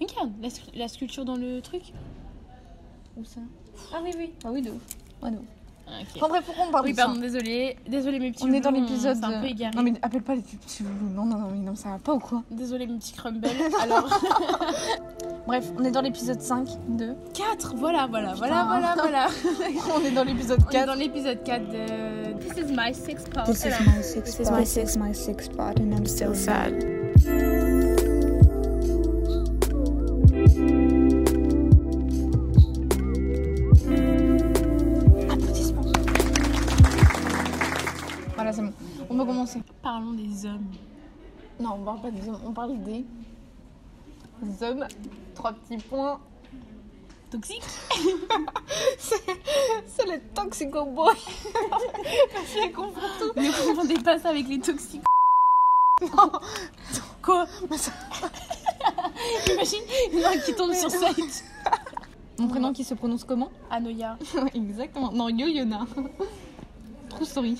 regarde la, sc- la sculpture dans le truc. Où ça Ah oui, oui. Ah oui, de ouf. Ouais, de ouf. Ah, Ok. Enfin bref, pourquoi on parle Oui, de ça pardon, désolé. Désolé, mes petits On est dans loulous, l'épisode. C'est un peu égaré. Non, mais appelle pas les petits loulous. Non, non, non, mais non, ça va pas ou quoi Désolé, mes petits crumbles. Alors, Bref, on est dans l'épisode 5 de. 4, voilà, voilà, voilà, Putain. voilà, voilà. on est dans l'épisode On est 4. dans l'épisode 4 de This is my sex part. my sixth This is my sixth my sixth part and I'm still Voilà, c'est bon. On peut commencer. Parlons des hommes. Non, on parle pas des hommes, on parle des hommes. Trois petits points. Toxique C'est le toxico boy. J'ai compris. Ne confondez pas ça avec les toxiques. Quoi Mais ça- Imagine, il y en a un qui tombe sur site. Mon prénom qui se prononce comment Anoya. Exactement. Non, Yoyona. True story.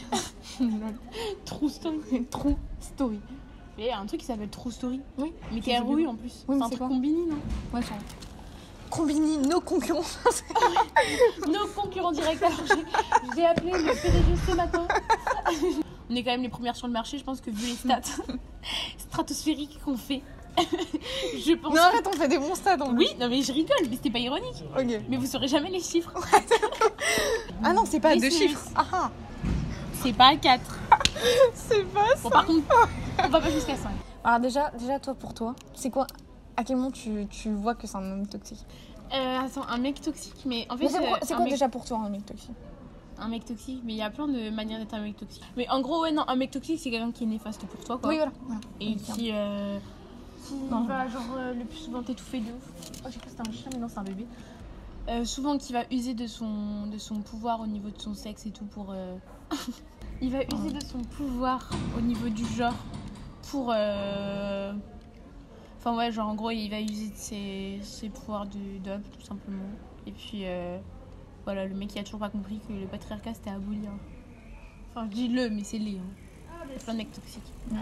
True Story. True story. Il y a un truc qui s'appelle True Story. Oui. Mais Je t'es sais ROU bien. en plus. mais c'est un c'est truc quoi combiné, non Ouais, ça. Combini, nos concurrents. Nos concurrents directs. Alors, j'ai- j'ai appelé le PDG ce matin. On est quand même les premières sur le marché, je pense que vu les stats stratosphériques qu'on fait, je pense. Non, arrête, on fait des bons stades. en Oui, non mais je rigole, mais c'était pas ironique. plus. Ok. Mais vous saurez jamais les chiffres. Ah non, c'est pas Oui, deux c'est- chiffres. Ah ah. C'est pas à 4. C'est pas ça. Bon, par contre, on va pas jusqu'à 5. Alors, déjà, déjà, toi, pour toi, c'est quoi À quel moment tu, tu vois que c'est un homme toxique Euh, attends, un mec toxique, mais en fait. Mais c'est euh, quoi, c'est un quoi mec- déjà pour toi un mec toxique Un mec toxique, mais il y a plein de manières d'être un mec toxique. Mais en gros, ouais, non, un mec toxique, c'est quelqu'un qui est néfaste pour toi, quoi. Oui, voilà. voilà. et Ok. qui, euh, qui Non. va genre euh, le plus souvent t'étouffer de ouf. Oh, j'ai cru que c'était un chien, mais non, c'est un bébé. Euh, souvent qui va user de son, de son pouvoir au niveau de son sexe et tout pour. euh, Il va user de son pouvoir au niveau du genre pour. euh, Enfin, ouais, genre en gros, il va user de ses, ses pouvoirs de- d'homme, tout simplement. Et puis, euh, voilà, le mec il a toujours pas compris que le patriarcat c'était aboli. hein. Enfin, je dis le, mais c'est les. Hein. Il y a plein de mecs toxiques. Ouais.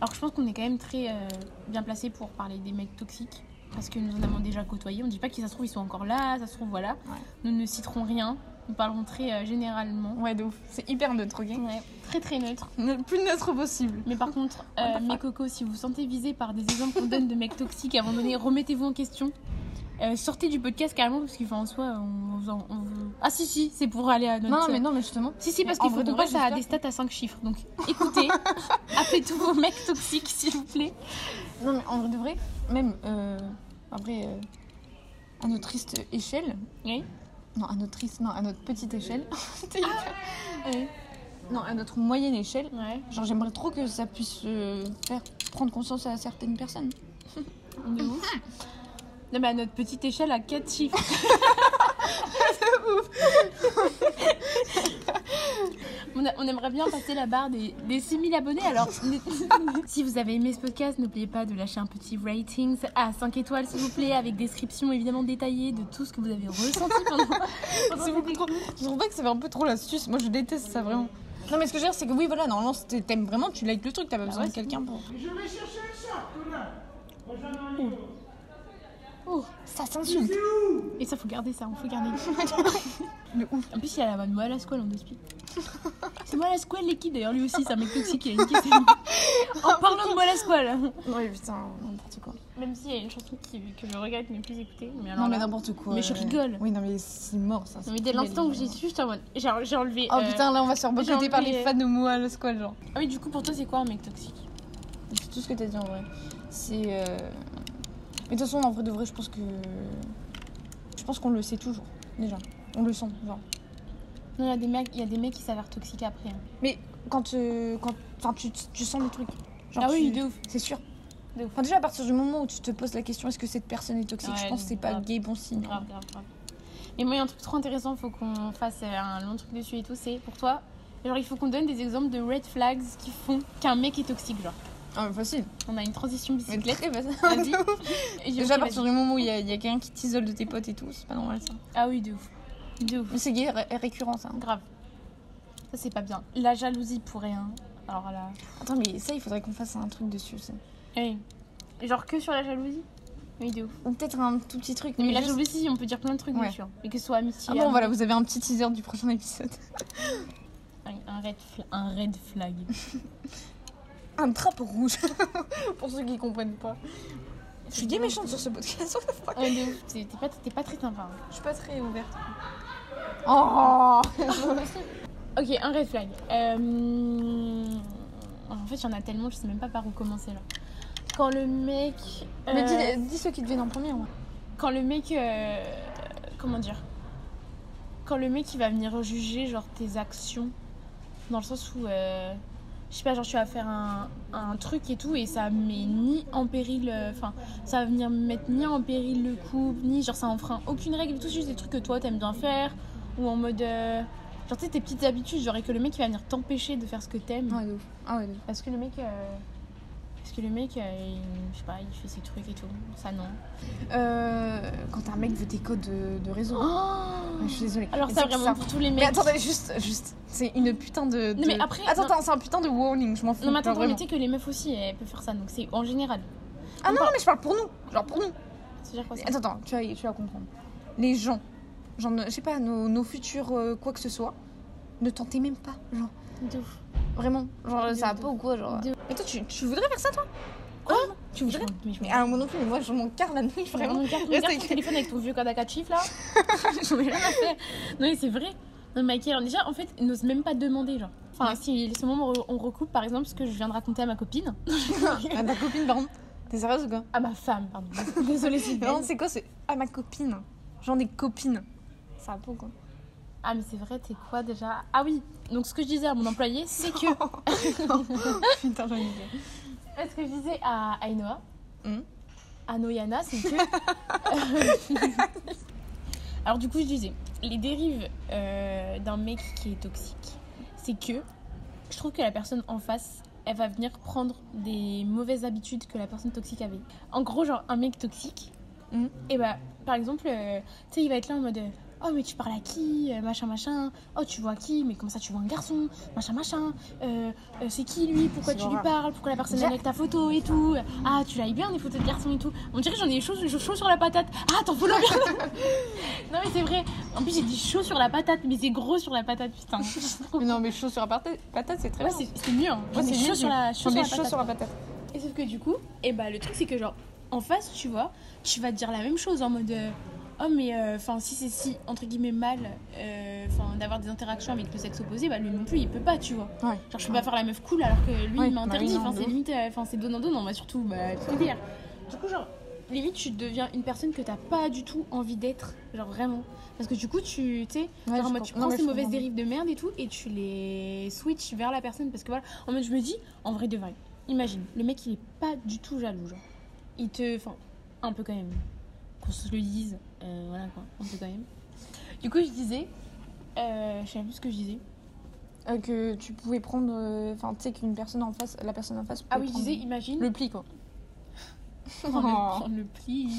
Alors je pense qu'on est quand même très euh, bien placé pour parler des mecs toxiques parce que nous en avons déjà côtoyé. On dit pas qu'ils ça se trouve ils sont encore là, ça se trouve voilà. Ouais. Nous ne citerons rien. Nous parlerons très euh, généralement. Ouais, de ouf. C'est hyper neutre, ok Ouais, Très très neutre. Le plus neutre possible. Mais par contre, euh, What the mes fuck. cocos, si vous vous sentez visé par des exemples qu'on donne de mecs toxiques, à un moment donné, remettez-vous en question. Euh, sortez du podcast carrément parce qu'en en soi, on vous en- on vous- Ah si si, c'est pour aller à notre. Non, non, mais non, mais justement. Si, si, parce Mais qu'il en faut vrai, de qu'on vrai, passe à j'espère des stats à 5 chiffres. Donc écoutez, appelez tous vos mecs toxiques, s'il vous plaît. Non, mais en vrai de vrai, même euh, après, euh, à notre triste échelle. Oui. Non, à notre triste, non, à notre petite échelle. C'était hyper- Ah. Ouais. Non, à notre moyenne échelle. Ouais. Genre, j'aimerais trop que ça puisse euh, faire prendre conscience à certaines personnes. On est ouf. Non, mais à notre petite échelle, à 4 chiffres. on, a- on aimerait bien passer la barre des, des 6000 abonnés. Alors, si vous avez aimé ce podcast, n'oubliez pas de lâcher un petit rating à 5 étoiles, s'il vous plaît, avec description évidemment détaillée de tout ce que vous avez ressenti pendant. pendant C'est cette beaucoup trop. Je trouve pas que ça fait un peu trop l'astuce. Moi, je déteste ça vraiment. Non, mais ce que je veux dire, c'est que oui, voilà, normalement, si t'es- t'aimes vraiment, tu likes le truc, t'as pas besoin Bah ouais, de quelqu'un pour. Je vais chercher le chat, connard Rejoins-moi en ligne. Oh, Ça s'insulte. Et ça, faut garder ça, on faut garder. Le ouf. En plus, il y a la main de moi à la squale en deux spies. C'est moi la squale, les kids. D'ailleurs, lui aussi, c'est un mec toxique. Il a une kid. En parlant de moi la squale. Ouais, putain, n'importe quoi. Même s'il y a une chanson qui, que je regrette ne plus écouter. Mais alors Non, mais là- n'importe quoi. Mais je ouais. rigole. Oui, non, mais c'est mort ça. Non, mais dès l'instant où j'ai su, j'étais en mode. J'ai j'ai enlevé. Oh euh, putain, là on va se faire boycotter j'ai par enlevé- les fans de moi, le squad, genre. Ah oui, du coup, pour toi, c'est quoi un mec toxique C'est tout ce que t'as dit en vrai. C'est. euh, Mais de toute façon, en vrai de vrai, je pense que. Je pense qu'on le sait toujours, déjà. On le sent, genre. Non, il y a des mecs, il y a des mecs qui s'avèrent toxiques après. hein. Mais quand. euh, quand... Enfin, tu, tu sens le truc. Genre, ah oui, tu- de ouf. c'est sûr. De ouf. Enfin, déjà, à partir du moment où tu te poses la question, est-ce que cette personne est toxique, je Ouais, pense que c'est pas grave. gay, bon signe. Grave, grave, grave. Mais moi, il y a un truc trop intéressant, faut qu'on fasse euh, un long truc dessus et tout. C'est pour toi. Genre, il faut qu'on donne des exemples de red flags qui font qu'un mec est toxique. Genre, Ah, mais facile. on a une transition Mais bicyclette. très facile. Vas-y. Et j'ai- Déjà, à ok, partir vas-y. du moment où il y a, il y a quelqu'un qui t'isole de tes potes et tout, c'est pas normal ça. Ah oui, de ouf. De ouf. Mais c'est gay, ré- récurrent ça. Grave. Ça, c'est pas bien. La jalousie pour rien. Alors là. Attends, mais ça, il faudrait qu'on fasse un truc dessus aussi. Genre que sur la jalousie Oui, de ouf. Ou peut-être un tout petit truc. Non, mais mais là, juste- j'oublie si, on peut dire plein de trucs, Ouais. bien sûr. Mais que ce soit amitié. Ah bon, amour. voilà, vous avez un petit teaser du prochain épisode. Un un red, fla- un red flag. Un drapeau rouge. Pour ceux qui comprennent pas. Je suis des méchante sur ce podcast. Ouais, de ouf. T'es t'es pas, t'es pas très sympa. hein. Je suis pas très ouverte. Oh Ok, un red flag. Euh, En fait, il y en a tellement, je sais même pas par où commencer là. Quand le mec. Mais euh, dis, dis ceux qui te viennent en premier. Ouais. quand le mec euh, comment dire quand le mec il va venir juger genre tes actions dans le sens où euh, je sais pas genre tu vas faire un, un truc et tout et ça met ni en péril euh, enfin ça va venir mettre ni en péril le couple ni genre ça enfreint aucune règle et tout c'est juste des trucs que toi t'aimes bien faire ou en mode euh, genre tu sais tes petites habitudes genre et que le mec il va venir t'empêcher de faire ce que t'aimes Ouais, de ouf. Ah ouais, de ouf. parce que le mec euh, parce que le mec euh, il- je sais pas il fait ses trucs et tout ça non Euh, quand un mec veut tes codes de, de réseau. Ouais, Je suis désolée. Oh Alors Mais ça c'est que vraiment ça. pour tous les Mais mecs. attendez, juste, juste, c'est une putain de. Non, mais de- après- Attends, non. attends, c'est un putain de warning, je m'en fous. Non mais genre attends, mais vraiment. tu sais que les meufs aussi elles peuvent faire ça donc c'est en général. Ah non, non, mais je parle pour nous. Genre pour nous. C'est-à-dire quoi ça Attends, attends, tu vas, tu vas comprendre. Les gens, genre, je sais pas, nos, nos futurs euh, quoi que ce soit, ne tentez même pas, genre. De ouf. Vraiment, genre De- ça va de- pas ou quoi, genre. de- Mais toi, tu, tu voudrais faire ça, toi Quoi Tu Mais je voudrais m'en- mais je m'en- Mais ah, moi non plus, mais moi je m'en carre la nuit, Vraiment, vraiment. regarde, Reste regarde ton avec- téléphone avec ton vieux Kadakachif là. J'en ai rien à faire. Non mais c'est vrai. Non mais Michael, déjà en fait, ils n'osent même pas demander genre. Enfin, si ce moment on recoupe par exemple ce que je viens de raconter à ma copine, à ta copine, pardon. T'es sérieuse ou quoi à ma femme, pardon. Désolée c'est Non, bête. c'est quoi, c'est à ma copine. Genre des copines. Ça va pas ou quoi Ah mais c'est vrai, t'es quoi déjà Ah oui, donc ce que je disais à mon employé, c'est que Putain, j'en ai oublié. Euh, Ce que je disais à Ainoa, Hum. à Noyana, c'est que. Alors, du coup, je disais, les dérives euh, d'un mec qui est toxique, c'est que je trouve que la personne en face, elle va venir prendre des mauvaises habitudes que la personne toxique avait. En gros, genre, un mec toxique, Hum. et bah, par exemple, euh, tu sais, il va être là en mode. euh, Oh mais tu parles à qui Euh, Machin machin. Oh tu vois qui Mais comment ça tu vois un garçon Machin machin. Euh, euh, c'est qui lui Pourquoi C'est tu lui l'horreur. parles Pourquoi la personne est Déjà- avec ta photo et tout Ah tu l'aimes bien les photos de garçons et tout. On dirait que j'en ai chaud, chaud sur la patate. Ah t'en follow bien Non mais c'est vrai. En plus j'ai dit chaud sur la patate mais c'est gros sur la patate putain. Mais non, mais chaud sur la patate, patate, c'est très Ouais, bien. c'est c'est mieux. hein. Moi, J'en ai c'est chaud mieux, sur la chaud sur J'en ai la chaud patate. sur la patate. Et sauf que du coup, et bah, le truc c'est que genre en face, tu vois, tu vas te dire la même chose en mode euh, oh mais enfin si c'est si entre guillemets mal euh, 'fin, d'avoir des interactions avec le sexe opposé, bah lui non plus il peut pas, tu vois. Ouais. Genre je peux pas faire la meuf cool alors que lui Ouais, il m'a bah oui, interdit, non, enfin de c'est ouf. limite euh, 'fin, c'est donnant donnant, bah surtout bah tout est derrière. Du coup genre limite tu deviens une personne que t'as pas du tout envie d'être, genre vraiment parce que du coup tu tu sais Ouais, Genre, en je mode, comprends. tu Non, prends mais ces je mauvaises comprends. dérives de merde et tout, et tu les switches vers la personne. Parce que voilà, en mode, je me dis, en vrai de vrai, imagine, le mec, il est pas du tout jaloux, genre. Il te. Enfin, un peu quand même. Qu'on se le dise, euh, voilà quoi, un peu quand même. Du coup, je disais. Euh, je sais plus ce que je disais. Euh, que tu pouvais prendre. euh, Enfin, tu sais qu'une personne en face, la personne en face. Ah pouvait oui, je disais, prendre imagine. le pli quoi. Oh. prends le, prends le pli.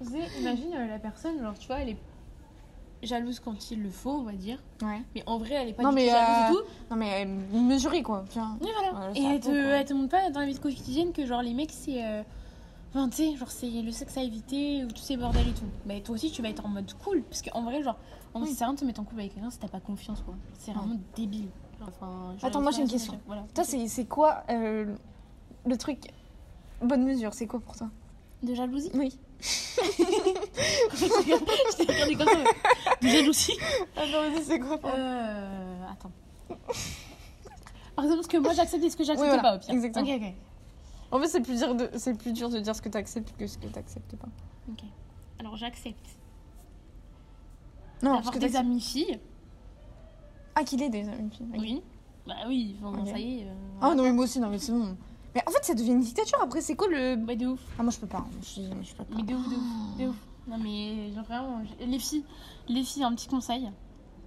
je disais, imagine euh, la personne, genre, tu vois, elle est jalouse quand il le faut, on va dire. Ouais. Mais en vrai, elle est pas Non, du mais, tout jalouse euh, du tout. Non mais euh, mesuré quoi. Tiens. Oui, voilà. Voilà, et c'est un elle te, peu, quoi. elle te montre pas dans la vie quotidienne que genre les mecs c'est. euh, Enfin, tu sais, genre c'est le sexe à éviter ou tous ces bordels et tout. Mais toi aussi tu vas être en mode cool. Parce qu'en vrai, genre, en vrai, Oui. ça sert à rien de te mettre en couple avec quelqu'un si t'as pas confiance quoi. C'est vraiment débile. Genre, enfin, je- Attends, moi, j'ai une enfin, question. Voilà. Toi c'est c'est quoi euh, le truc bonne mesure C'est quoi pour toi De jalousie Oui. Je t'ai regardé comme ça. De jalousie Attends vas-y Ah c'est quoi pour Euh. Attends. Par exemple, ce que moi j'accepte et ce que j'accepte Oui, voilà, pas au pire. exactement. Ok, ok. En fait c'est plus dur de c'est plus dur de dire ce que t'acceptes que ce que t'acceptes pas. Ok. Alors j'accepte Non parce d'avoir que des t'acceptes- amis filles. ah qu'il est des amis. filles. Ok. Oui. Bah oui, enfin, Ok. ça y est. euh, Ah non mais moi aussi non mais c'est bon. Mais en fait ça devient une dictature après c'est quoi le Bah de ouf, ah moi je peux pas hein. je suis je suis pas mais de ouf, de ouf, de ouf. Non mais genre, vraiment, je- les filles, les filles, un petit conseil.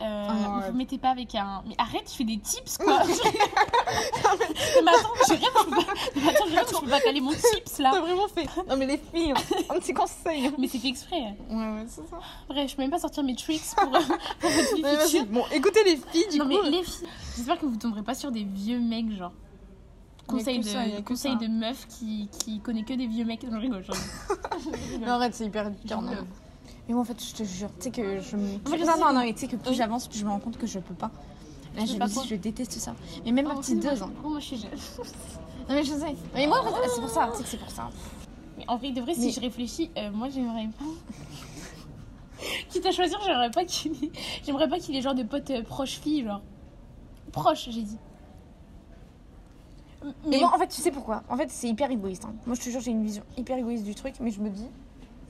Euh, Ah, ouais. Vous mettez pas avec un. Mais arrête, tu fais des tips quoi. mais attends, je rêve, je peux pas. Mais attends, je rêve, je peux pas caler mon tips T'as là. vraiment fait non mais les filles hein, un petit conseil. hein. Mais c'est fait exprès. Ouais ouais c'est ça. Bref, je peux même pas sortir mes tricks pour, pour votre vie Ouais, vas-y. future. Bon, écoutez les filles, du Non coup. euh, mais les filles, j'espère que vous tomberez pas sur des vieux mecs genre. conseil, que ça, il y a de, que conseil ça. de meuf qui, qui connaît que des vieux mecs. Non, je rigole, je rigole. Non, arrête, c'est hyper Je dur. non. rigole. Mais moi, en fait, je te jure, tu sais que je me. fait, je non, sais non, que- non, mais tu sais que plus Oui. j'avance, plus je me rends compte que je peux pas. Là, peux je me pas dis, quoi je déteste ça. Mais même ma Oh, petite c'est dose. dommage. hein. Oh, moi, je suis jeune. Non, mais je sais. Mais moi, en fait, c'est pour ça. Tu sais que c'est pour ça. Mais en vrai, de vrai, Mais- si je réfléchis, euh, moi j'aimerais pas. Quitte à choisir, j'aimerais pas qu'il ait... j'aimerais pas qu'il ait genre de potes euh, proches filles, genre. Proches, j'ai dit. M- Mais Mais moi, en fait, tu sais pourquoi En fait, c'est hyper égoïste. hein. Moi, je te jure, j'ai une vision hyper égoïste du truc, mais je me dis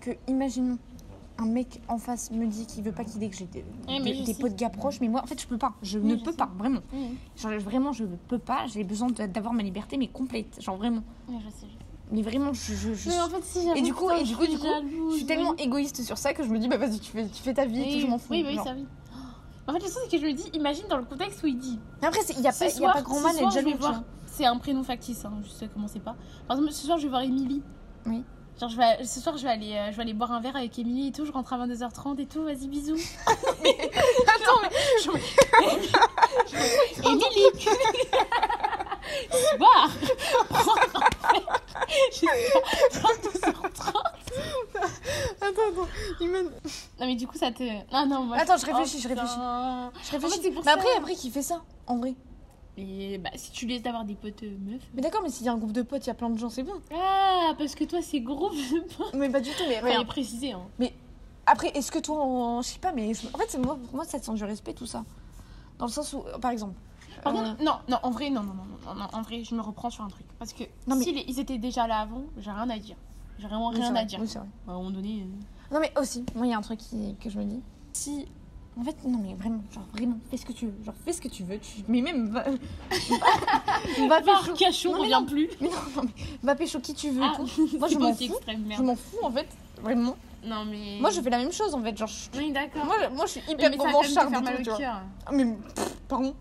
que, imaginons, un mec en face me dit qu'il veut pas qu'il ait que j'ai des, Ouais, Eh, mais des, je des sais. potes gars proches, mais moi, en fait, je peux pas. Je Oui, ne je peux sais. pas, vraiment. Mmh. Genre, vraiment, je ne peux pas. J'ai besoin de- d'avoir ma liberté, mais complète. Genre, vraiment. Ouais, je sais, je sais. Mais vraiment, je, je, je, Mais en fait, si j'avais Et du coup- ça, et du coup, je suis du coup, jalouse, je suis tellement oui. égoïste sur ça que je me dis, bah vas-y, tu fais, tu fais ta vie, et tout, Oui, je m'en fous. Oui, oui, Genre. ça oui. Oh. En fait, le truc, c'est que je me dis, imagine dans le contexte où il dit Mais après, il n'y a, Ce pas- Euh, y a soir, pas grand ce mal à soir, être je vais jaloux. tu voir- vois. C'est un prénom factice, hein, je sais comment c'est pas. Par exemple, ce soir, je vais voir Émilie. Oui. Genre, je vais, ce soir, je vais, aller, euh, je vais aller boire un verre avec Émilie et tout. Je rentre à 22h30 et tout. Vas-y, bisous. Attends, mais Émilie Ce soir prends un verre jusqu'à 22h30. attends, attends. il me- Non, mais du coup, ça te. Ah non, moi. Attends, je réfléchis, je réfléchis. putain. Je réfléchis. En fait, c'est pour mais ça. après, après, qui fait ça, en vrai Et bah, si tu laisses d'avoir des potes euh, meufs. Mais d'accord, mais s'il y a un groupe de potes, il y a plein de gens, c'est bien. Ah, parce que toi, c'est groupe de potes. Mais pas du tout, mais Fallait regarde. préciser, hein. Après, est-ce que toi, en- je sais pas, mais en fait, c'est moi, pour moi, ça te sent du respect, tout ça. Dans le sens où, par exemple. Par euh, contre, non, non, en vrai, non, non, non, non, non, en vrai, je me reprends sur un truc. Parce que Non, mais- s'ils ils étaient déjà là avant, j'ai rien à dire. J'ai vraiment oui, c'est rien vrai, à dire. oui, c'est vrai. À un moment donné. euh, Non, mais aussi, moi, il y a un truc qui- que je me dis. Si. En fait, non, mais vraiment, genre, vraiment, fais ce que tu veux. Genre, fais ce que tu veux. Tu... Mais même, va. va Par pécho. cachon, Non, on Ah, mais revient plus. Mais non, non, mais va pécho qui tu veux. et Ah, tout. Moi, je c'est m'en pas aussi fous. extrême, Je merde. m'en fous, en fait. Vraiment. Non, mais. Moi, je fais la même chose, en fait. Genre, je- Oui, d'accord. moi, je- moi, je suis Mais, hyper mais ça va quand même te revancharde faire et mal tout, tu au vois. cœur. Ah, Mais, pff, pardon.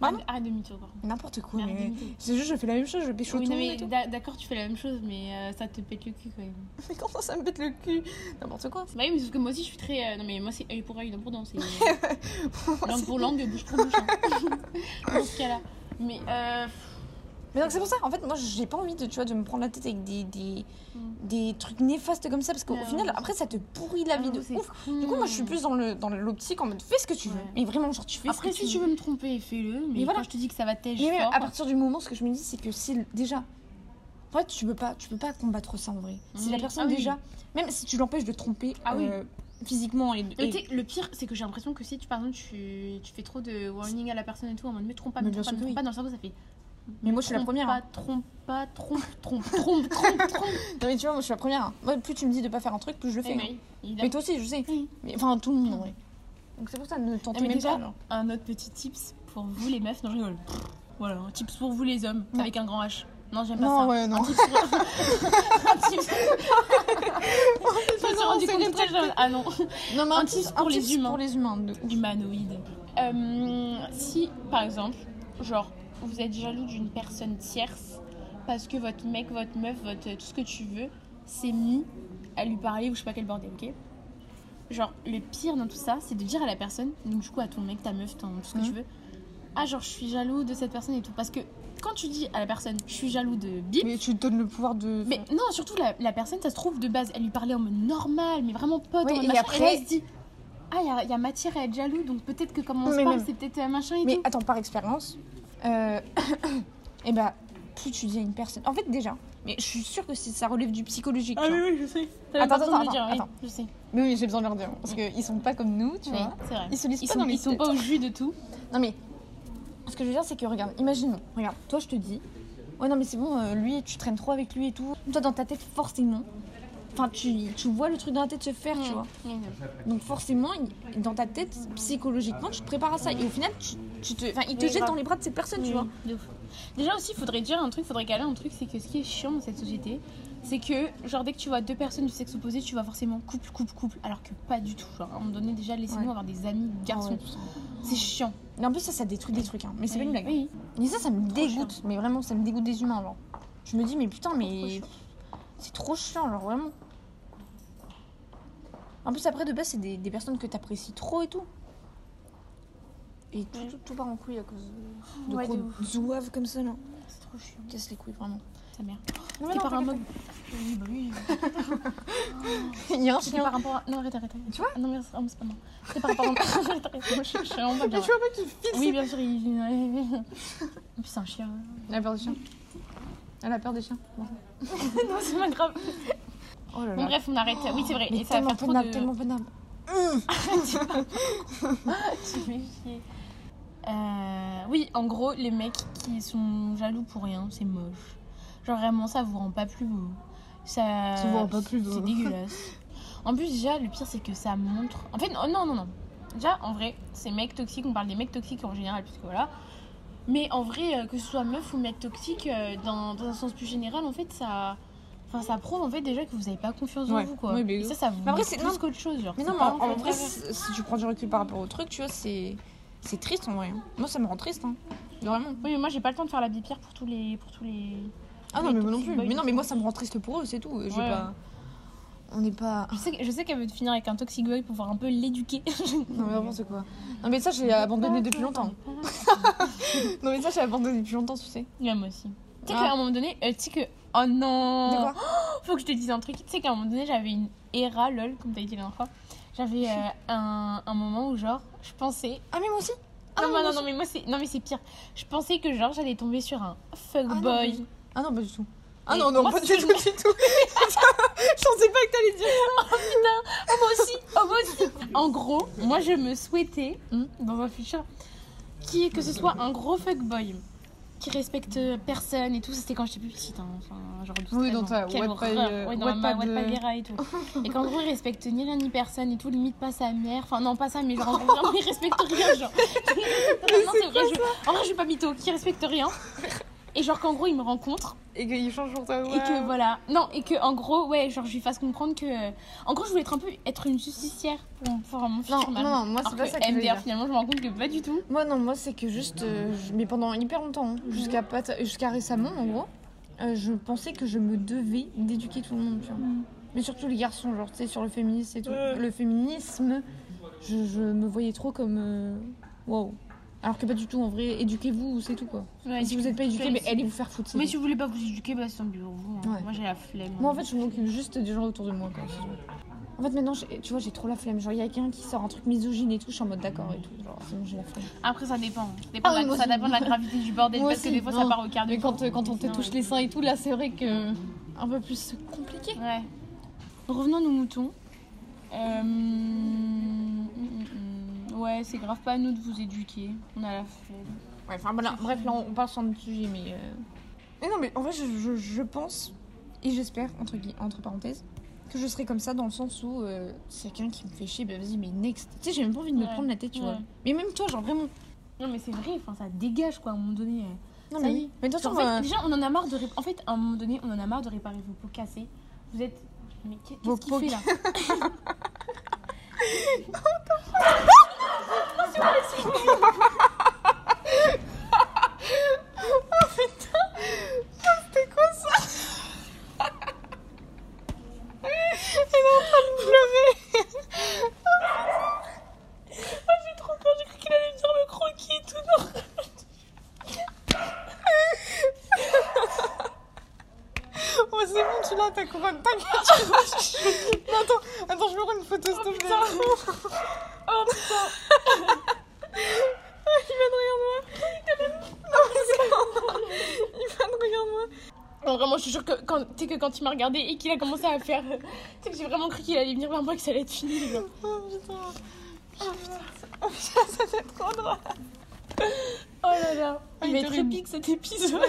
Pardon Arrête arrête de mytho, pardon. N'importe quoi, Arrête de mais. mytho. C'est juste, je fais la même chose, je pécho Oui, tout non, le monde mais et tout. d'a- d'accord, tu fais la même chose, mais euh, ça te pète le cul quand même. Mais comment ça me pète le cul N'importe quoi. Bah oui, mais sauf que moi aussi, je suis très. euh, non, mais moi, c'est œil pour œil, dent pour dent. C'est euh, langue pour langue, bouche pour bouche. hein. Dans ce cas-là. Mais euh, Mais donc c'est pour ça, en fait, moi j'ai pas envie de, tu vois, de me prendre la tête avec des, des, Mm. des trucs néfastes comme ça, parce qu'au Ouais, final, ouais. après ça te pourrit la vie de Ah c'est ouf. con. Du coup, moi je suis plus dans le dans l'optique en mode fais ce que tu veux. Ouais. Mais vraiment, genre tu fais Après, ce que si tu veux me tromper, fais-le. Mais, Mais voilà. quand je te dis que ça va tèche Mais même fort. à partir du moment, ce que je me dis, c'est que si le- déjà. En fait, tu peux pas, tu peux pas combattre ça en vrai. Si la Oui. personne Ah oui. déjà, même si tu l'empêches de tromper Ah oui. euh, physiquement et, Mais et- tu sais, le pire, c'est que j'ai l'impression que si tu, par exemple, tu, tu fais trop de warning à la personne et tout, en mode mais trompe pas, Mais mais bien trompe pas, sûr me que trompe oui. pas, dans le cerveau, ça fait. mais moi je suis la trompe première. Pas, hein. trompe pas, trompe, trompe, trompe, trompe, trompe. Non mais tu vois, moi je suis la première. hein. Moi, plus tu me dis de pas faire un truc, plus je le fais. Eh hein. ben, il a- Mais toi aussi, je sais. Oui. Ah. Mais enfin tout le monde Ah, en vrai. Donc c'est pour ça, ne tentez mais même déjà- pas. genre. Un autre petit tips pour vous, les meufs. Non, je rigole. Voilà, un tips pour vous, les hommes, Ouais. avec un grand H. Non, j'aime pas Non ça. ouais non. Un tips. Je me suis rendu C'est compte que rétracté. j'avais- Ah non. Non, mais Un tips pour les humains. Pour les humains. de ouf. humanoïde. Euh, si, par exemple, genre, vous êtes jaloux d'une personne tierce parce que votre mec, votre meuf, votre, euh, tout ce que tu veux s'est mis à lui parler ou je sais pas quel bordel, ok Genre, le pire dans tout ça, c'est de dire à la personne, donc du coup à ton mec, ta meuf, ton, tout ce que Mhm. tu veux, ah genre je suis jaloux de cette personne et tout. Parce que quand tu dis à la personne, je suis jaloux de Bip, Mais tu donnes le pouvoir de. mais non, surtout la, la personne, ça se trouve, de base, elle lui parlait en mode normal, mais vraiment pote, Oui, en mode et machin. après- Et là, elle se dit Ah, il y a- il y, a matière à être jaloux, donc peut-être que comme on Non, se mais parle, même. c'est peut-être euh, machin et Mais tout. attends, par expérience, euh... et bah, plus tu dis à une personne. En fait, déjà, mais je suis sûre que c'est- ça relève du psychologique. tu vois. Ah oui, je sais. Attends, Attends, attends, attends, dire, attends, oui, attends. je sais. Mais oui, j'ai besoin de leur dire. Parce qu'ils sont pas comme nous, tu Oui, vois. c'est vrai. Ils se lisent Ils pas sont, dans les ils sont pas au jus de tout. Non, mais ce que je veux dire, c'est que regarde, imaginons, regarde, toi, je te dis, ouais, non, mais c'est bon, euh, lui, tu traînes trop avec lui et tout. Toi, dans ta tête, forcément. Enfin, tu, tu vois le truc dans la tête se faire, Mm. tu vois. Donc forcément, il- dans ta tête, psychologiquement, tu te prépares à ça. Et au final, tu, tu te, enfin, il te Oui, jette grave. Mm. dans les bras de cette personne, tu Oui, vois. de ouf. Déjà aussi, il faudrait dire un truc, faudrait caler un truc, c'est que ce qui est chiant dans cette société, c'est que genre dès que tu vois deux personnes du sexe opposé, tu vas forcément couple, couple, couple, alors que pas du tout. Genre, à un moment donné, déjà, laissez-nous Ouais. avoir des amis garçons. C'est chiant. Mais en plus, ça, ça détruit des trucs. Hein. Mais c'est pas une blague. Oui. Mais ça, ça me dégoûte. chiant. Mais vraiment, ça me dégoûte des humains, genre. Je me dis, mais putain, mais chiant. c'est trop chiant, genre vraiment. En plus, après, de base, c'est des, des personnes que t'apprécies trop et tout. Et tout, Mm. tout, tout part en couille à cause de, de Ouais, gros de ouf. zouaves comme ça là. C'est trop chiant. Casse les couilles vraiment. Ta mère. Non, T'es par un mug. Oui, bah oui. Il y a un C'était par rapport à... Non, arrête, arrête. arrête. Tu vois Non, mais c'est ah, mais c'est pas moi. C'était par rapport à... Arrête, arrête. Moi, je je suis vraiment pas bien. vois pas qui fixe. Oui, bien sûr, il... Et puis, c'est un chien. Elle a peur des chiens. Elle a peur des chiens. non, c'est pas grave. Oh là Bon, bref, on arrête. Oui, c'est vrai. Mais Et ça va tellement faire trop peinable, de... tellement peinable. Tu fais chier. Euh, oui, en gros, les mecs qui sont jaloux pour rien, c'est moche. Genre vraiment, ça vous rend pas plus beau. Ça, Ça vous rend pas plus beau. C'est dégueulasse. en plus, déjà, le pire, c'est que ça montre. En fait, oh, non, non, non. Déjà, en vrai, ces mecs toxiques, on parle des mecs toxiques en général, puisque voilà. Mais en vrai, euh, que ce soit meuf ou mec toxique, euh, dans, dans un sens plus général, en fait, ça. Enfin, ça prouve en fait déjà que vous avez pas confiance en Ouais. vous, quoi. Oui, mais Et ouf. ça, ça vous. Mais après, Après, c'est- c'est non. plus qu'autre chose, genre. Mais c'est non, mais pas en, fait en vrai, grave. si si tu prends du recul par rapport au truc, tu vois, c'est c'est triste en vrai. Moi, ça me rend triste, hein. Vraiment. Oui, mais moi j'ai pas le temps de faire la bipire pour tous les. Pour tous les... Ah non, Oui, mais moi non toxic plus. boy, Mais non, mais moi, ça me rend triste pour eux, c'est tout. J'ai Ouais. pas. On n'est pas. Je sais, que- je sais qu'elle veut te finir avec un toxic boy pour pouvoir un peu l'éduquer. Non, mais vraiment, c'est quoi Non, mais ça, j'ai abandonné depuis longtemps. Non, mais ça, j'ai abandonné depuis longtemps, tu sais. Ouais, moi aussi. Tu sais Ah. qu'à un moment donné, euh, tu sais que. Oh non De quoi Faut que je te dise un truc. Tu sais qu'à un moment donné, j'avais une era, lol, comme t'as dit la dernière fois. J'avais euh, un, un moment où, genre, je pensais. Ah, mais moi aussi Ah, non, non, mais non, moi aussi. mais moi c'est. Non, mais c'est pire. Je pensais que, genre, j'allais tomber sur un Ah, non, pas du fuckboy. tout. Ah non, pas du tout. Ah Et non, non, moi, pas du c'est tout, une- du tout. Je pensais pas que t'allais dire. Oh, moi aussi, oh, moi aussi. En gros, moi je me souhaitais, Hmm. dans un futur, qui, que ce soit un gros fuckboy qui respecte personne et tout. Ça, c'était quand j'étais plus petite, hein, enfin, genre 12 Oui, dans 13 ans. ta Quelle Wattpad, horreur. euh, Ouais, dans ma Wattpad, Wattpad euh. era et tout. et qu'en gros, il respecte ni rien ni personne et tout, limite pas sa mère. Enfin, non, pas ça, mais genre, en gros, vraiment, il respecte rien. Genre, non, c'est vrai, je... en vrai, je suis pas mytho, qui respecte rien. Et genre qu'en gros il me rencontre Et qu'il change pour toi. et que voilà non et que en gros ouais genre je lui fasse comprendre que en gros je voulais être un peu être une justicière pour, pour mon futur Non, non, mari. non, moi, c'est Alors pas que ça que je voulais MDR, dire. finalement, je me rends compte que pas du tout. Moi, non, moi, c'est que juste. euh, je- Mais pendant hyper longtemps, hein, jusqu'à pas ta- jusqu'à récemment, en gros, euh, je pensais que je me devais d'éduquer tout le monde, tu vois. Mais surtout les garçons, genre, tu sais, sur le féminisme et tout. Le féminisme, je, je me voyais trop comme. euh, Wow. Alors que pas du tout, en vrai, éduquez-vous, c'est tout quoi. Et si vous n'êtes pas éduqué, mais allez vous faire foutre. c'est Mais tout. si vous voulez pas vous éduquer, bah c'est un bureau. vous, hein. Ouais. Moi j'ai la flemme. Moi, en fait, je m'occupe juste des gens autour de moi. Quoi, si tu veux. en fait, maintenant, j'ai- tu vois, j'ai trop la flemme. Genre, il y a quelqu'un qui sort un truc misogyne et tout, je suis en mode d'accord et tout. Genre, c'est bon, j'ai la flemme. Après, ça dépend. Ça dépend, Ah de oui, la, moi ça aussi. dépend de la gravité du bordel. Moi parce que aussi, des fois, ça non. part au quart de Mais quand, euh, quand on te Sinon, touche ouais. les seins et tout, là, c'est vrai que. euh, Un peu plus compliqué. Ouais. Revenons à nos moutons. Euh, hum, hum, hum. Ouais, c'est grave pas à nous de vous éduquer. On a la flemme. Ouais, enfin, voilà. Bref, là, on parle sur notre sujet, mais. euh, Mais non, mais en vrai, je, je- je pense, et j'espère, entre, gui- entre parenthèses, que je serai comme ça dans le sens où euh, c'est quelqu'un qui me fait chier, bah vas-y, mais next. Tu sais, j'ai même pas envie de me Ouais. prendre la tête, tu Ouais. vois. Mais même toi, genre vraiment. Non, mais c'est vrai, enfin, ça dégage quoi à un moment donné. Non, Ça mais y oui. Mais de toute Genre, façon, en fait, euh, déjà, on en a marre de ré- En fait, à un moment donné, on en a marre de réparer vos pots cassés. Vous êtes. Mais qu'est- Vos qu'est-ce pots qu'il fait là Oh, c'est bon, tu l'as, ta couronne. T'inquiète. non, attends, attends, je me rends une photo, s'il te plaît. Oh putain. Oh, Ah, Il va de rire de moi. Non, vraiment, je suis sûre que quand, tu sais que quand il m'a regardé et qu'il a commencé à faire. Tu sais que j'ai vraiment cru qu'il allait venir vers moi et que ça allait être fini. genre. Il va de rire de moi. Oh putain. Oh putain, ça fait trop drôle. Oh là là. Il, Il va est être horrible. épique cet épisode.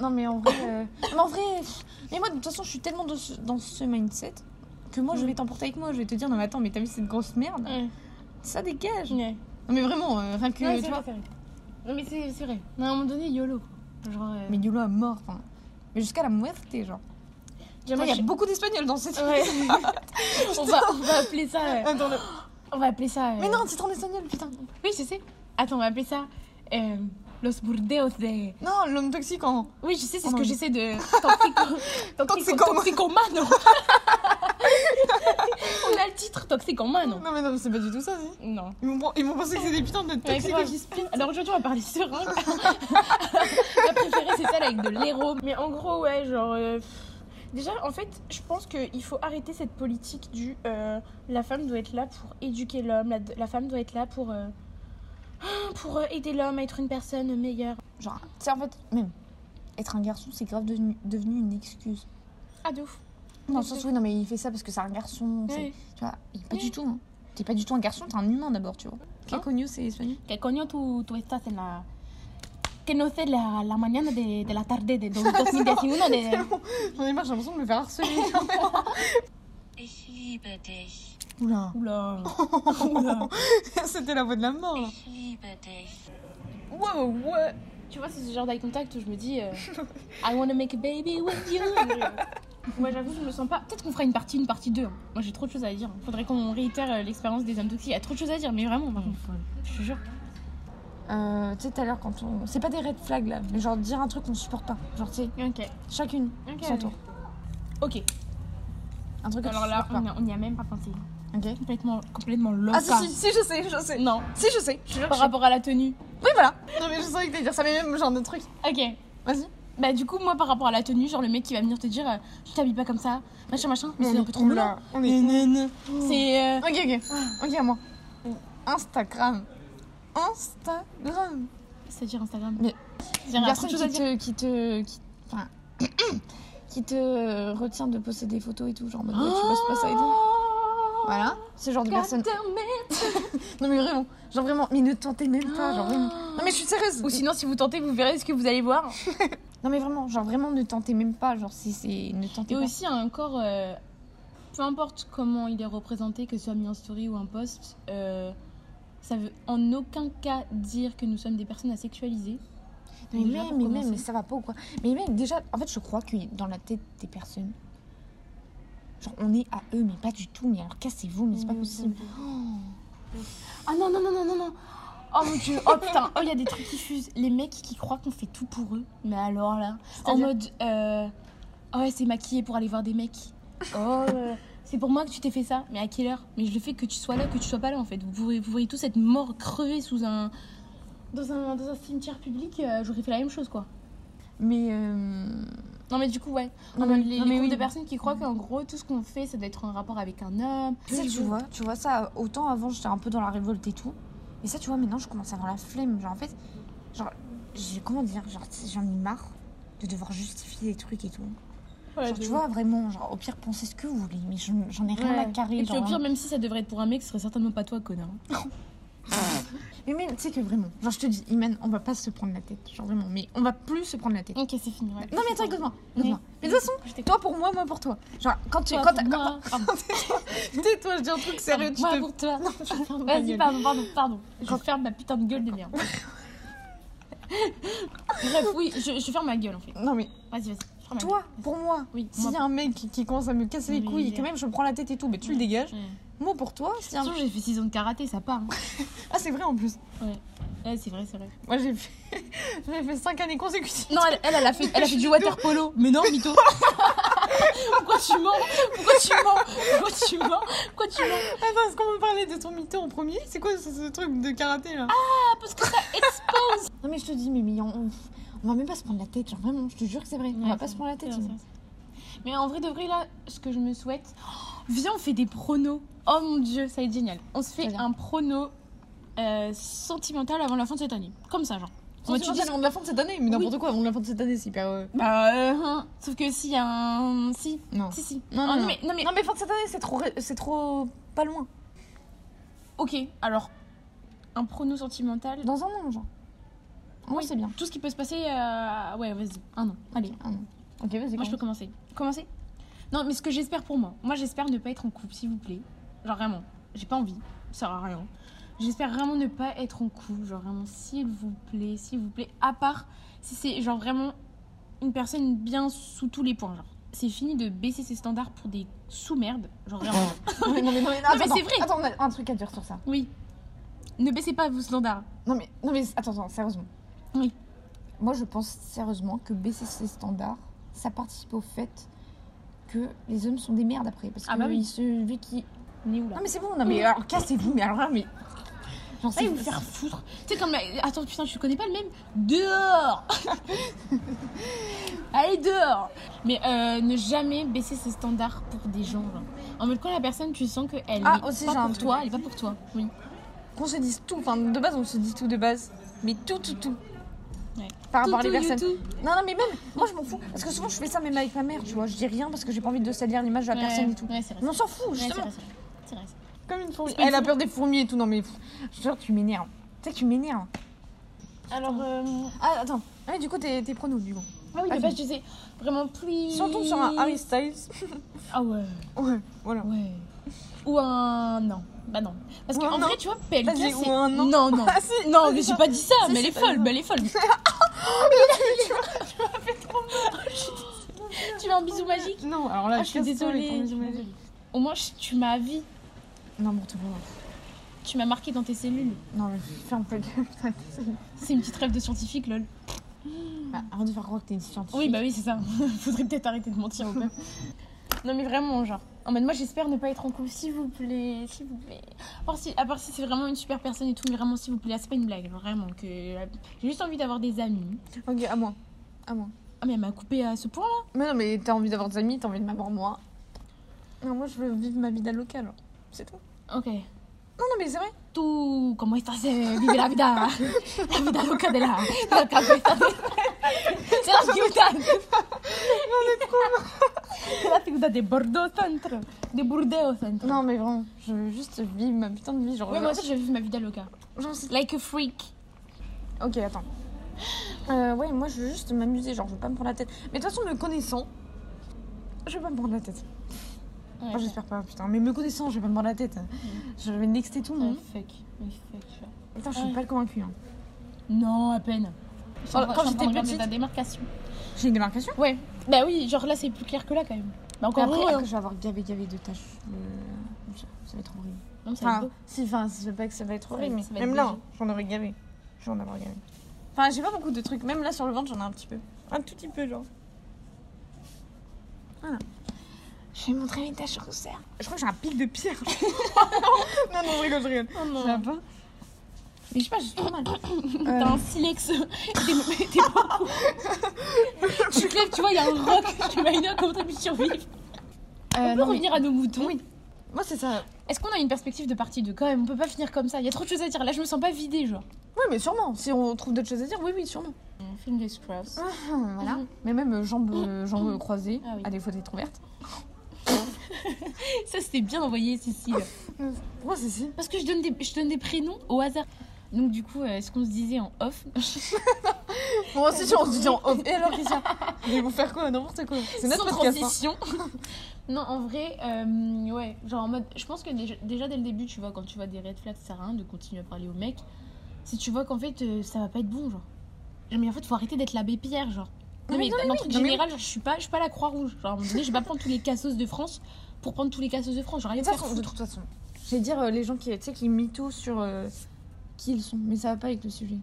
Non mais en vrai, euh, mais en vrai, pff, mais moi de toute façon je suis tellement dans ce, dans ce mindset que moi je Mm. vais t'emporter avec moi, je vais te dire non mais attends mais t'as vu cette grosse merde, Ouais. ça dégage. Ouais. Non mais vraiment, euh, rien que Ouais, c'est tu vrai, vois, c'est vrai. Non, mais c'est c'est vrai. À un moment donné, YOLO. Genre. euh, mais YOLO à mort, enfin. mais jusqu'à la muerte déjà, genre. Putain, moi, Il y je- a beaucoup d'espagnols dans cette. Ouais. on, va, on va appeler ça. euh, Attends, le- On va appeler ça. euh, Mais non, c'est trop espagnol, putain. Oui, je sais. Attends, on va appeler ça. euh, Los Burdeos de. Non, l'homme toxique en. Oui, je sais, c'est ce Oh non, que mais- j'essaie de. Toxico- toxico- Toxicomane. Toxicomane On a le titre Toxic en main, non Non, mais non, mais c'est pas du tout ça, si. Non. Ils vont, ils vont penser que c'est des putains de toxiques grave. qui se piquent. Alors aujourd'hui, on va parler seringue. Ma préférée, c'est celle avec de l'héro. Mais en gros, ouais, genre. euh, pff. Déjà, en fait, je pense qu'il faut arrêter cette politique du euh, la femme doit être là pour éduquer l'homme, la, la femme doit être là pour. euh, pour euh, aider l'homme à être une personne meilleure. Genre, tu sais, en fait, même être un garçon, c'est grave devenu, devenu une excuse. Ah, de ouf. Dans le sens où, non, mais il fait ça parce que c'est un garçon. c'est- Ouais. Tu vois, et pas Oui. du tout. hein. T'es pas du tout un garçon, t'es un humain d'abord, tu vois. Hein Qué connu, c'est espagnol Que coño tú, tú estás en la. Que no sé, la, la mañana de, de la tarde de do- 2021 de. J'en ai marre, j'ai l'impression de me faire harceler. Ich liebe dich. Oula, Oula. Oula. c'était la voix de la mort, là. Ich liebe dich. Wow, ouais. Tu vois, c'est ce genre d'eye contact où je me dis euh, I wanna make a baby with you. Moi, j'avoue, je me sens pas. Peut-être qu'on fera une partie, une partie 2. Moi, j'ai trop de choses à dire. Faudrait qu'on réitère euh, l'expérience des hommes toxiques. Il y a trop de choses à dire, mais vraiment, par contre, je te jure. Euh, tu sais, tout à l'heure, quand on. C'est pas des red flags, là, mais genre dire un truc qu'on supporte pas. Genre, tu sais, Ok. chacune, Ok. son tour. Ok. Un truc que Alors tu là, on supportes y a- on n'y a, même pas pensé. pas. Ok. Complètement, complètement loca. Ah, si, si, si, je sais, je sais. Non. Si, je sais. Je te jure que Par je rapport à la tenue. sais. Oui, voilà. Non, mais je savais que t'allais dire ça, mais même genre de truc. Ok. Vas-y. Bah du coup moi par rapport à la tenue genre le mec qui va venir te dire euh, tu t'habilles pas comme ça machin machin mais on c'est un est peu trop où, blanc là On est. c'est euh, Ok, ok. Ok, à moi. Instagram. Instagram. c'est à dire Instagram Oh. Mais- c'est Une un personne truc chose qui à dire te, qui te. qui- Enfin. qui te retient de poster des photos et tout. Genre, en mode, Ah, ouais, tu postes pas ça et tout. Voilà. Ce genre de Ah, personne. Non, mais vraiment. Genre, vraiment. Mais ne tentez même pas. Ah, Genre, Ah. vraiment. Non, mais je suis sérieuse. ou sinon si vous tentez vous verrez ce que vous allez voir Non, mais vraiment. Genre, vraiment, ne tentez même pas. Genre, si c'est. Ne tentez et pas. aussi un corps euh, peu importe comment il est représenté que ce soit mis en story ou en post euh, ça veut en aucun cas dire que nous sommes des personnes à sexualiser Mais Déjà, même, pour mais commencer. même, mais ça va pas ou quoi Mais même, déjà, en fait, je crois que dans la tête des personnes, genre, on est à eux, mais pas du tout. Mais alors, cassez-vous, mais c'est pas possible. Ah non, non, non, non, non, non. Oh mon dieu, oh putain, oh il y a des trucs qui fusent. Les mecs qui croient qu'on fait tout pour eux. Mais alors là, en C'est-à-dire mode. Euh... Ah ouais, c'est maquillé pour aller voir des mecs. Oh, euh, c'est pour moi que tu t'es fait ça. Mais à quelle heure Mais je le fais que tu sois là, que tu sois pas là en fait. Vous pourrez- vous voyez tous être morts, crevés sous un. Dans un, dans un cimetière public, euh, j'aurais fait la même chose quoi. Mais. euh, Non mais du coup, ouais. Non, Non, mais- mais les, non, les mais groupes oui. de personnes qui croient qu'en gros, tout ce qu'on fait, ça doit être en rapport avec un homme. Tu sais, tu vois, tu vois ça, autant avant j'étais un peu dans la révolte et tout, mais ça, tu vois, maintenant je commence à avoir la flemme. Genre, en fait, genre, j'ai- comment dire, genre, tu sais, j'en ai marre de devoir justifier des trucs et tout. Ouais, Genre, de tu ouf. vois, vraiment, genre, au pire, pensez ce que vous voulez, mais j'en j'en ai rien à Ouais. carrer. Et puis au genre, hein. pire, même si ça devrait être pour un mec, ce serait certainement pas toi, connard. Mais même, tu sais que vraiment, genre je te dis, Iman, on va pas se prendre la tête. Genre vraiment, mais on va plus se prendre la tête. Ok, c'est fini. Ouais. Non mais attends, écoute-moi. écoute-moi. Oui. Mais de toute façon, Je t'écoute. toi pour moi, moi pour toi. Genre quand tu... Toi quand pour moi. Pardon, Tais-toi, je dis un truc sérieux, tu moi te... pour toi. ferme ta Vas-y, gueule. pardon, pardon, pardon. Je ferme ma putain de gueule de merde. Bref, oui, je, je ferme ma gueule en fait. Non mais Vas-y, vas-y. je ferme ma toi, hein. pour moi, Oui, s'il moi y a un mec qui, qui commence à me casser les Oui. couilles et que même je me prends la tête et tout, mais tu le dégages. gueule. Ouais. Moi pour toi, s'il y a De toute un... façon, j'ai fait 6 ans de karaté, ça part. hein. Ah c'est vrai en plus. Ouais, c'est vrai, c'est vrai. Moi j'ai fait... j'ai fait 5 années consécutives. Non, elle, elle, elle a fait, elle a fait du water polo. Mais non, mytho. Pourquoi tu mens Pourquoi tu mens Pourquoi tu mens Pourquoi tu mens Attends, est-ce qu'on peut parler de ton mytho en premier C'est quoi ce, ce truc de karaté là Ah, parce que ça expose. Non mais je te dis, mais, mais on... on va même pas se prendre la tête, genre vraiment, je te jure que c'est vrai. on va Ouais, pas c'est se prendre la vrai, tête. c'est vrai, Iman. c'est vrai. Mais en vrai de vrai, là, ce que je me souhaite. Oh, viens, on fait des pronos. Oh mon dieu, ça va être génial. On se fait Très bien. un prono euh, sentimental avant la fin de cette année. Comme ça, genre. On va tu tu dis. dis avant de la fin de cette année, mais n'importe Oui. quoi, avant de la fin de cette année, c'est hyper. euh, Bah, euh, hein. sauf que s'il y a un. Si, Non. si, si. Non, non, Ah, non. mais, non, mais. Non, mais fin de cette année, c'est trop, ré- c'est trop pas loin. Ok, alors. Un prono sentimental. Dans un an, genre. Oui, c'est bien. Tout ce qui peut se passer. euh, Ouais, vas-y. Un an. Allez. Un an. Ok, vas-y. Moi, je peux commencer. Commencer Non, mais ce que j'espère pour moi, moi, j'espère ne pas être en couple, s'il vous plaît. Genre, vraiment, j'ai pas envie, ça sert à rien. J'espère vraiment ne pas être en couple, genre, vraiment, s'il vous plaît, s'il vous plaît. À part si c'est, genre, vraiment une personne bien sous tous les points, genre. C'est fini de baisser ses standards pour des sous-merdes, genre, vraiment. commencer. non, mais, non, mais, mais attends, c'est vrai. Attends, on a un truc à dire sur ça. oui. Ne baissez pas vos standards. Non, mais, non, mais attends, attends, sérieusement. Oui. Moi, je pense sérieusement que baisser ses standards, ça participe au fait que les hommes sont des merdes après. Parce que Ah bah oui. ils se- celui qui. On est où là Non, mais c'est bon, non, mais alors cassez-vous, mais alors là, mais. J'en sais Mm. Allez vous pas. faire foutre. Tu sais comme la- attends putain je connais pas le même dehors. Allez dehors. Mais euh, ne jamais baisser ses standards pour des gens. genre. En même temps la personne tu sens que elle Ah, est aussi, j'ai pas un pour truc. toi, elle est pas pour toi. Oui. Qu'on se dise tout, enfin de base on se dit tout de base, mais tout, tout, tout. Ouais. Ah, Par rapport à les Toutou, personnes. youtou. Non, non, mais même, moi je m'en fous. Parce que souvent je fais ça même avec ma mère, tu vois. Je dis rien parce que j'ai pas envie de salir l'image de la Ouais, personne et tout. Ouais, c'est vrai. Mais on s'en fout, Ouais, c'est justement. vrai, c'est vrai. C'est vrai, c'est vrai. Comme une fourmi. C'est pas une Elle a peur des fourmis et tout. Non, mais pff, genre, tu m'énerves. Tu sais que tu m'énerves. Alors euh, Ah, attends. Ah, mais du coup, t'es t'es pronos, du coup. ah oui de Vas-y. base je disais vraiment plus. Si on tombe sur un Harry Styles. Ah ouais. Ouais, voilà. Ouais. Ou un non. Bah non. Parce Ou qu'en un vrai, tu vois, PLK, Vas-y, c'est... ou un non. Non, non. Ah, si, non, c'est mais j'ai ça. pas oh, dit ça, Si, mais elle si, est t'as folle, raison. bah, elle est folle. Tu veux un bisou magique Non, alors là, Ah, je suis désolée. Au moins, je- tu m'as à vie. Non, bon, t'es bon. Tu m'as marqué dans tes cellules. Non, mais ferme ta gueule. putain. C'est une petite rêve de scientifique, lol. Bah, Arrête de faire croire que t'es une scientifique. Oui, bah oui, c'est ça. Faudrait peut-être arrêter de mentir au peuple. Non, mais vraiment, genre. En mode, moi, j'espère ne pas être en couple, s'il vous plaît, s'il vous plaît. À part si, à part si c'est vraiment une super personne et tout, mais vraiment, s'il vous plaît, là, c'est pas une blague, vraiment. Que... euh, J'ai juste envie d'avoir des amis. Ok, à moi. À moi. Ah, mais elle m'a coupé à ce point là Mais non, mais t'as envie d'avoir des amis, t'as envie de m'avoir moi. Non, moi, je veux vivre ma vie d'alloca, alors. C'est tout. Ok. Non, non, mais c'est vrai. Tu, comment estás? eh, Vive la vida. La vida loca de la. la cabeza. C'est la ciudad. C'est la ciudad de Bordeaux centre. De Bordeaux centre. Non, mais vraiment, je veux juste vivre ma putain de vie. Genre, Ouais, moi aussi, je vis ma vida loca. genre, c'est- Like a freak. Ok, attends. Euh, ouais, moi je veux juste m'amuser, genre je veux pas me prendre la tête. Mais de toute façon, me connaissant, je vais pas me prendre la tête. Enfin, j'espère pas, putain. Mais me connaissant, je vais pas me prendre la tête. Je vais nexter tout le monde. fuck. Mais fuck. tu vois. Putain, je suis Ouais. pas convaincue. Hein. Non, à peine. Je suis en Quand- train- je suis quand en train de j'étais regarder petite- ta démarcation. J'ai une démarcation. Ouais. Bah oui, genre là, c'est plus clair que là quand même. Bah encore après, heureux, après, hein. je vais avoir gavé gavé de tâches. Euh, Ça ça va être horrible. Non, ça va être Enfin, beau. si, enfin, je sais pas que ça va être va horrible, être- mais ça va être même là, léger. j'en aurais gavé. J'en aurais gavé. Enfin, j'ai pas beaucoup de trucs. Même là sur le ventre, j'en ai un petit peu. Un tout petit peu, genre. Voilà. Je vais montrer mes taches roussères. Je crois que j'ai un pic de pierre. non, non, je rigole, je rigole. Oh non. J'ai un pas. Mais je sais pas, j'ai trop mal. Euh, T'as un silex. T'es- t'es pas au courant. tu te lèves, tu vois, il y a un roc. Tu imagines comment t'as pu survivre. Euh, on peut non, mais- revenir à nos moutons. Oui. Moi, c'est ça. Est-ce qu'on a une perspective de partie 2 quand même On peut pas finir comme ça. Il y a trop de choses à dire. Là, je me sens pas vidée, genre. Oui, mais sûrement. Si on trouve d'autres choses à dire, oui, oui, sûrement. Fingers crossed. Hum, Voilà. Mais même euh, jambes, euh, jambes croisées, Mhm. Ah oui. à défaut d'être ouvertes. Ça, c'était bien envoyé, Cécile. Moi, c'est si. Parce que je donne des, je donne des prénoms au hasard. Donc, du coup, est ce qu'on se disait en off, Moi aussi, on se dit en off. Et alors, Christian Ils vont faire quoi N'importe quoi. C'est notre Sans podcast. hein. transition. non, en vrai, euh, ouais, genre en mode, je pense que déjà, déjà dès le début, tu vois, quand tu vois des red flags, ça sert à rien de continuer à parler au mec. Si tu vois qu'en fait, euh, ça va pas être bon, genre. Genre, Mais en fait, faut arrêter d'être l'abbé Pierre, genre. Non, Non, mais, mais dans le truc non, mais général, genre, je suis pas, je suis pas la Croix-Rouge. Genre, à un moment donné, je vais pas prendre tous les cassos de France pour prendre tous les cassos de France. Genre, allez, De faire toute façon, de foutre. toute façon. Je vais dire euh, les gens qui, tu sais, qui mythos sur euh, qui ils sont, mais ça va pas avec le sujet.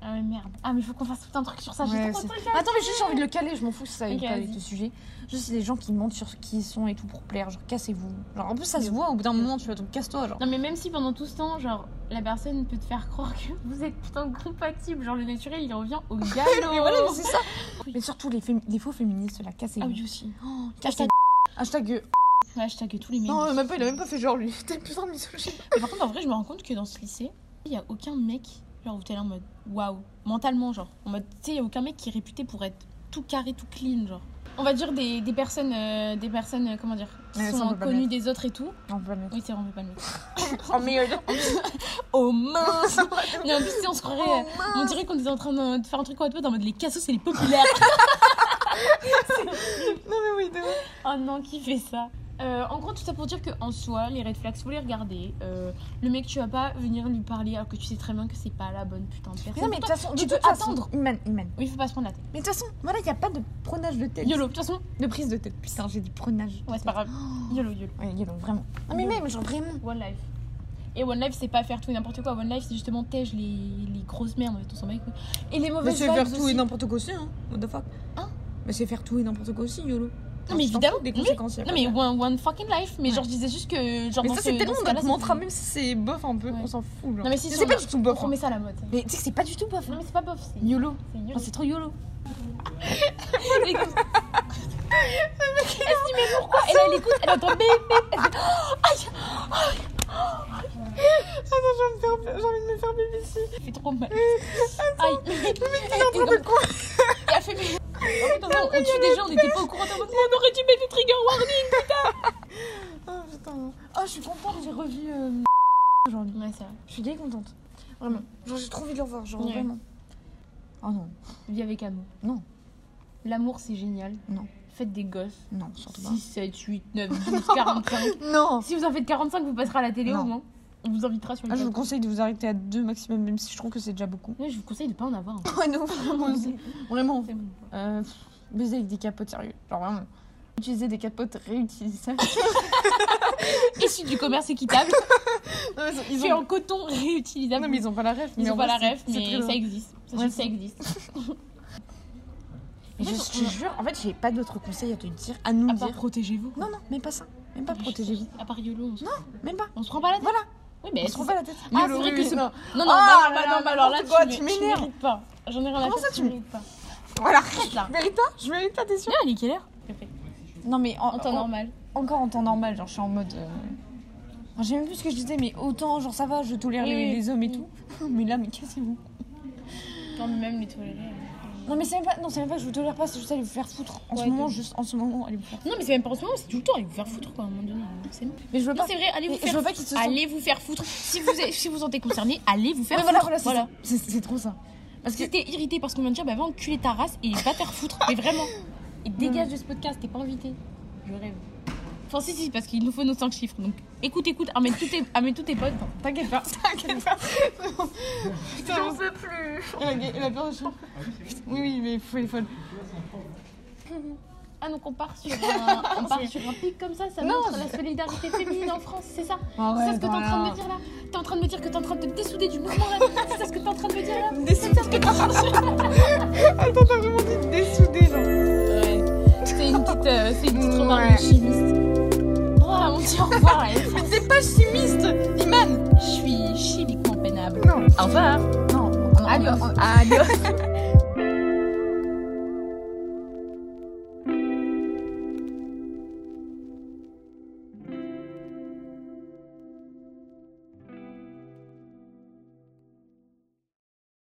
Ah, mais merde. Ah, mais faut qu'on fasse tout un truc sur ça. Ouais, J'ai trop c'est- de trucs. Attends, mais juste j'ai envie de le caler, je m'en fous si ça va Ok, pas avec vas-y. le sujet. Juste les gens qui mentent sur qui ils sont et tout pour plaire, genre cassez-vous. Genre en plus ça se voit au bout d'un moment, tu vois, donc casse-toi genre. Non, mais même si pendant tout ce temps, genre, la personne peut te faire croire que vous êtes putain compatible, genre, le naturel, il revient au galop. mais voilà, mais c'est ça. Mais surtout les, fémi- les faux féministes là, Ah cassez-vous. oui aussi. Hashtag. Hashtag. euh, Ouais, je taguais tous les mecs. Oh, Non, euh, même pas, il a même pas fait genre lui. T'es putain de misogyne. Mais par contre, en vrai, je me rends compte que dans ce lycée, il n'y a aucun mec, genre, où t'es là en mode waouh, mentalement, genre. En mode, tu sais, il n'y a aucun mec qui est réputé pour être tout carré, tout clean, genre. On va dire des, des personnes, euh, des personnes, euh, comment dire, qui Ouais, ça, on sont peut pas connues le des autres et tout. On peut pas le mettre. Oui, c'est vrai, on peut pas le mettre. Oh merde. Oh mince Mais en plus, tu sais, on se Oh, croirait. euh, mince. On dirait qu'on était en train de, de faire un truc en mode en mode les cassos, c'est les populaires. Non mais oui, de ouf. Oh non, qui fait ça Euh, en gros, tout ça pour dire que en soi, les red flags, faut les regarder. Euh, le mec, tu vas pas venir lui parler alors que tu sais très bien que c'est pas la bonne putain de personne. Mais non mais de toute Pourtant, façon, tu de peux toute façon, attendre. Iman, Iman. Oui, faut pas se prendre la tête. Mais de toute façon, voilà, il n'y a pas de prenage de tête. YOLO, de toute façon, De prise de tête. Putain, j'ai dit prenage. ouais, c'est pas grave. YOLO, YOLO. Ouais, yellow, vraiment. Non, mais Yellow. même, genre vraiment. One Life. Et One Life, c'est pas faire tout et n'importe quoi. One Life, c'est justement tège les, les grosses merdes, en fait, on s'en bat les couilles. Et les mauvaises vibes aussi. n'importe quoi aussi, hein. What the fuck Hein Mais c'est faire tout et n'importe quoi aussi, YOLO. Non, mais Tu t'en évidemment, fous Des oui. conséquences. y a Non pas mais de- one, one fucking life, mais Ouais. genre je disais juste que genre Mais dans ça, ce- c'est tellement dans ce cas-là, notre ça- mantra, même si c'est bof un peu, Ouais. on s'en fout. genre. Non mais si, si, c'est on pas a- du tout bof. On hein. met ça à la mode. Mais tu sais que c'est pas du tout bof. Non hein. mais c'est pas bof, c'est YOLO. c'est Ah, YOLO. c'est trop YOLO. Elle écoute. Elle se dit mais pourquoi Elle elle écoute, elle entend bip bip. J'ai envie de me faire bébé ici. Elle fait trop mal. Aïe. Mais t'es n'importe quoi Elle a fait mais. En Ah, fait, on- on tue des gens, on n'était pas au courant d'un mode. On aurait dû mettre des trigger warning. Oh putain. Oh, je suis contente, j'ai revu euh, aujourd'hui. Ouais c'est vrai. Je suis gay contente. Vraiment. Genre, j'ai trop envie de le revoir, genre Ouais. vraiment. Oh non. Vie avec amour. Non. L'amour c'est génial. Non. Faites des gosses. Non, surtout pas. 6, 7, 8, 9, 12, 45. Non Si vous en faites 45, vous passerez à la télé Non. au moins. On vous invitera sur une Ah, je vous table. conseille de vous arrêter à deux maximum, même si je trouve que c'est déjà beaucoup. Ouais, je vous conseille de pas en avoir. hein. Ouais, non, vraiment. Vraiment. C'est bon. Euh, pff, baiser avec des capotes, sérieux. Genre vraiment. Utiliser des capotes réutilisables. Issu du commerce équitable, non, mais ils fait en coton réutilisable. Non, mais ils ont pas la ref. Ils ont pas la ref, mais ça Mais existe. Ça, Ouais, ça c'est- existe. je je te jure, en fait, j'ai pas d'autres conseils à te dire, à nous À part dire. protégez-vous. Non, non, même pas ça. Même pas protégez-vous. À part YOLO, on se, Même pas. on se prend pas la tête. Voilà. Oui, mais On se prend pas la tête. Ah, c'est vrai que c'est- Non. Non, non, Ah, bah, là, non, là, bah, alors là, n'importe quoi, tu, tu mé- tu m'énerves. mérites pas. J'en ai rien à Comment faire, ça, tu tu mérites pas. Voilà. Arrête là. Je mérite pas Je mérite pas, t'es sûr Non, elle est quelle heure Non, mais En temps normal. encore en temps normal, genre je suis en mode. euh, enfin, J'ai même plus ce que je disais, mais autant, genre ça va, je tolère Oui, les, oui. les hommes et Mm. tout. mais là, mais cassez-vous. Non, mais même les toilettes. Non, mais c'est même pas, non, c'est même pas que je vous tolère pas, c'est juste allez vous faire foutre. En Ouais, ce moment, de- juste en ce moment, allez vous faire foutre. Non, mais c'est même pas en ce moment, c'est tout le temps. Allez vous faire foutre, quoi, à un moment donné. C'est bon. Mais je veux Non, pas. c'est vrai, allez vous Mais faire je veux pas foutre. qu'ils se sentent- Allez vous faire foutre. Si vous êtes- si vous sentez concerné, allez vous faire Mais foutre. voilà, voilà, c'est ça. c'est c'est trop ça. Parce que t'es irrité parce qu'on vient de dire, bah va enculer ta race et va te foutre. Mais vraiment. Et dégage de ce podcast, t'es pas invité. Je rêve. Enfin, si, si, parce qu'il nous faut nos 5 chiffres. Donc écoute, écoute, amène tous tes, amène tous tes potes. Enfin, T'inquiète pas. T'inquiète pas. J'en peux plus. Elle a, elle a peur de chien. Oui, oui, mais faut est folle. Ah, donc on part sur un, on part sur un pic comme ça, ça Non, montre la solidarité féminine en France, c'est ça C'est ça Arrête, ce que t'es en train de me dire là T'es en train de me dire que t'es en train de te dessouder du mouvement là C'est ça ce que t'es en train de me dire là me Dessouder. Attends, t'as vraiment dit dessouder, genre. Ouais. C'est une petite, euh, c'est une petite remarque Ouais. de chimiste. Oh, on dit au revoir. elle. Mais t'es pas chimiste, Iman Je suis chimiquement peinable. Non. Au revoir. Ah, Non, on- on- Adios. on- Adios.